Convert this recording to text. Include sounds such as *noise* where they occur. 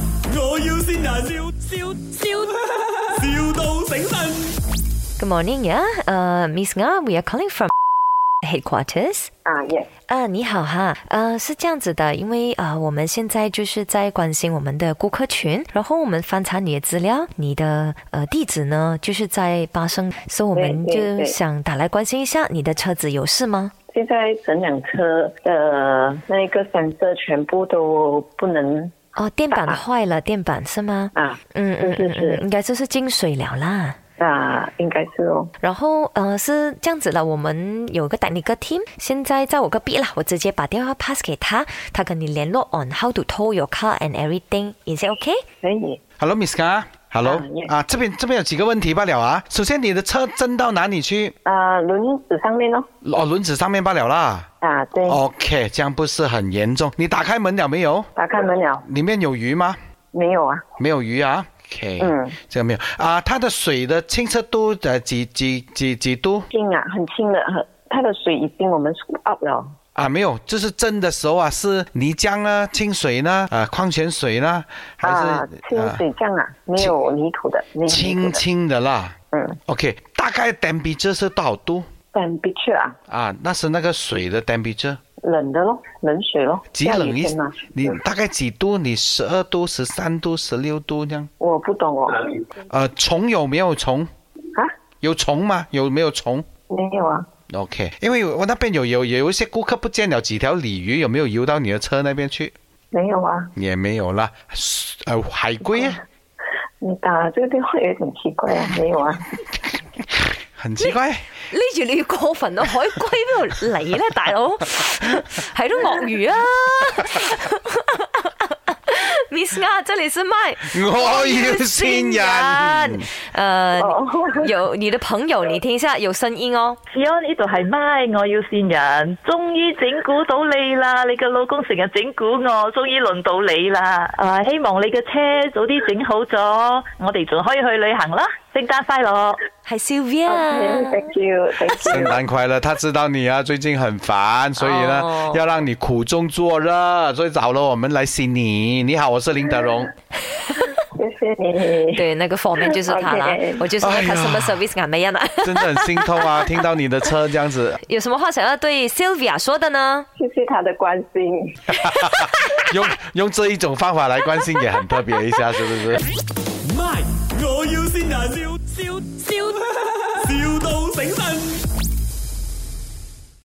要先人，笑笑笑，,笑到醒神。 Good morning 呀，呃，Miss Ng, we are calling from headquarters. 啊，yes，啊，你好哈，呃，是这样子的，因为啊、呃我们现在就是在关心我们的顾客群，然后我们翻查你的资料，你的呃地址呢就是在巴生，所以我们对对就对想打来关心一下，你的车子有事吗？现在整辆车的那一个三色全部都不能哦，电板啊坏了，电板是吗？啊嗯嗯是嗯是是嗯，应该就是进水了啦。啊，应该是哦，然后呃是这样子了，我们有个 technical team，现在在我隔壁啦，我直接把电话 pass 给他，他跟你联络 on how to tow your car and everything，i s it OK？可以 Hello，Miss Ka，Hello 啊，yes 啊，这边这边有几个问题罢了啊。首先，你的车震到哪里去？啊，轮子上面哦，哦，轮子上面罢了啦。啊，对， OK，这样不是很严重。你打开门了没有？打开门了里面有鱼吗？没有啊？没有鱼啊。OK，嗯，这个没有啊。它的水的清澈度呃几几几几度轻啊，很轻的，很它的水已经我们 scoop up 了，啊？没有，就是震的时候啊，是泥浆呢、清水呢、啊矿泉水呢，还是、啊，清啊水酱啊，没有泥土的，没有泥清土的，清的啦。嗯 OK，大概 temperature 是多少度但必去啊，啊？那是那个水的 temperature。冷的咯，冷水咯，极冷一一嘛，，你大概几度？你十二度、十三度、十六度这样？我不懂哦，呃，虫有没有虫？啊，有虫吗？有没有虫没有啊， ？OK，因为我那边有有有一些顾客不见了几条鲤鱼，有没有游到你的车那边去？没有啊，也没有啦。呃，海龟啊，你打嗯这个电话有点奇怪啊，没有啊。很奇怪。呢住你要過分咯，海龜邊度嚟咧，大 *laughs* 佬係都鱷魚啊！Miss 啊，这里是麥，我要先人。呃，哦，有你的朋友，你聽一下，有聲音哦。志安呢度系咪？我要善人，終於整蠱到你啦！你嘅老公成日整蠱我，終於輪到你啦！啊，希望你嘅車早啲整好咗，我哋仲可以去旅行啦！聖誕快樂！係 Sylvia， Thank you，Thank 圣 you。诞快乐！他知道你啊，最近很烦，所以呢，哦要让你苦中作乐，所以找了我们来洗你。你好，我是林德荣。谢谢 *laughs* 你。對，那個 f o r m a 就是他啦 OK 我就是那哎呀 customer service 眼美人啦。真的很心痛啊！听到你的车这样子， *laughs* 有什麼話想要對 Sylvia 說的呢？谢谢他的关心。用用这一种方法来关心也很特别一下，是不是？卖，我要先人，笑笑笑，,笑到醒神。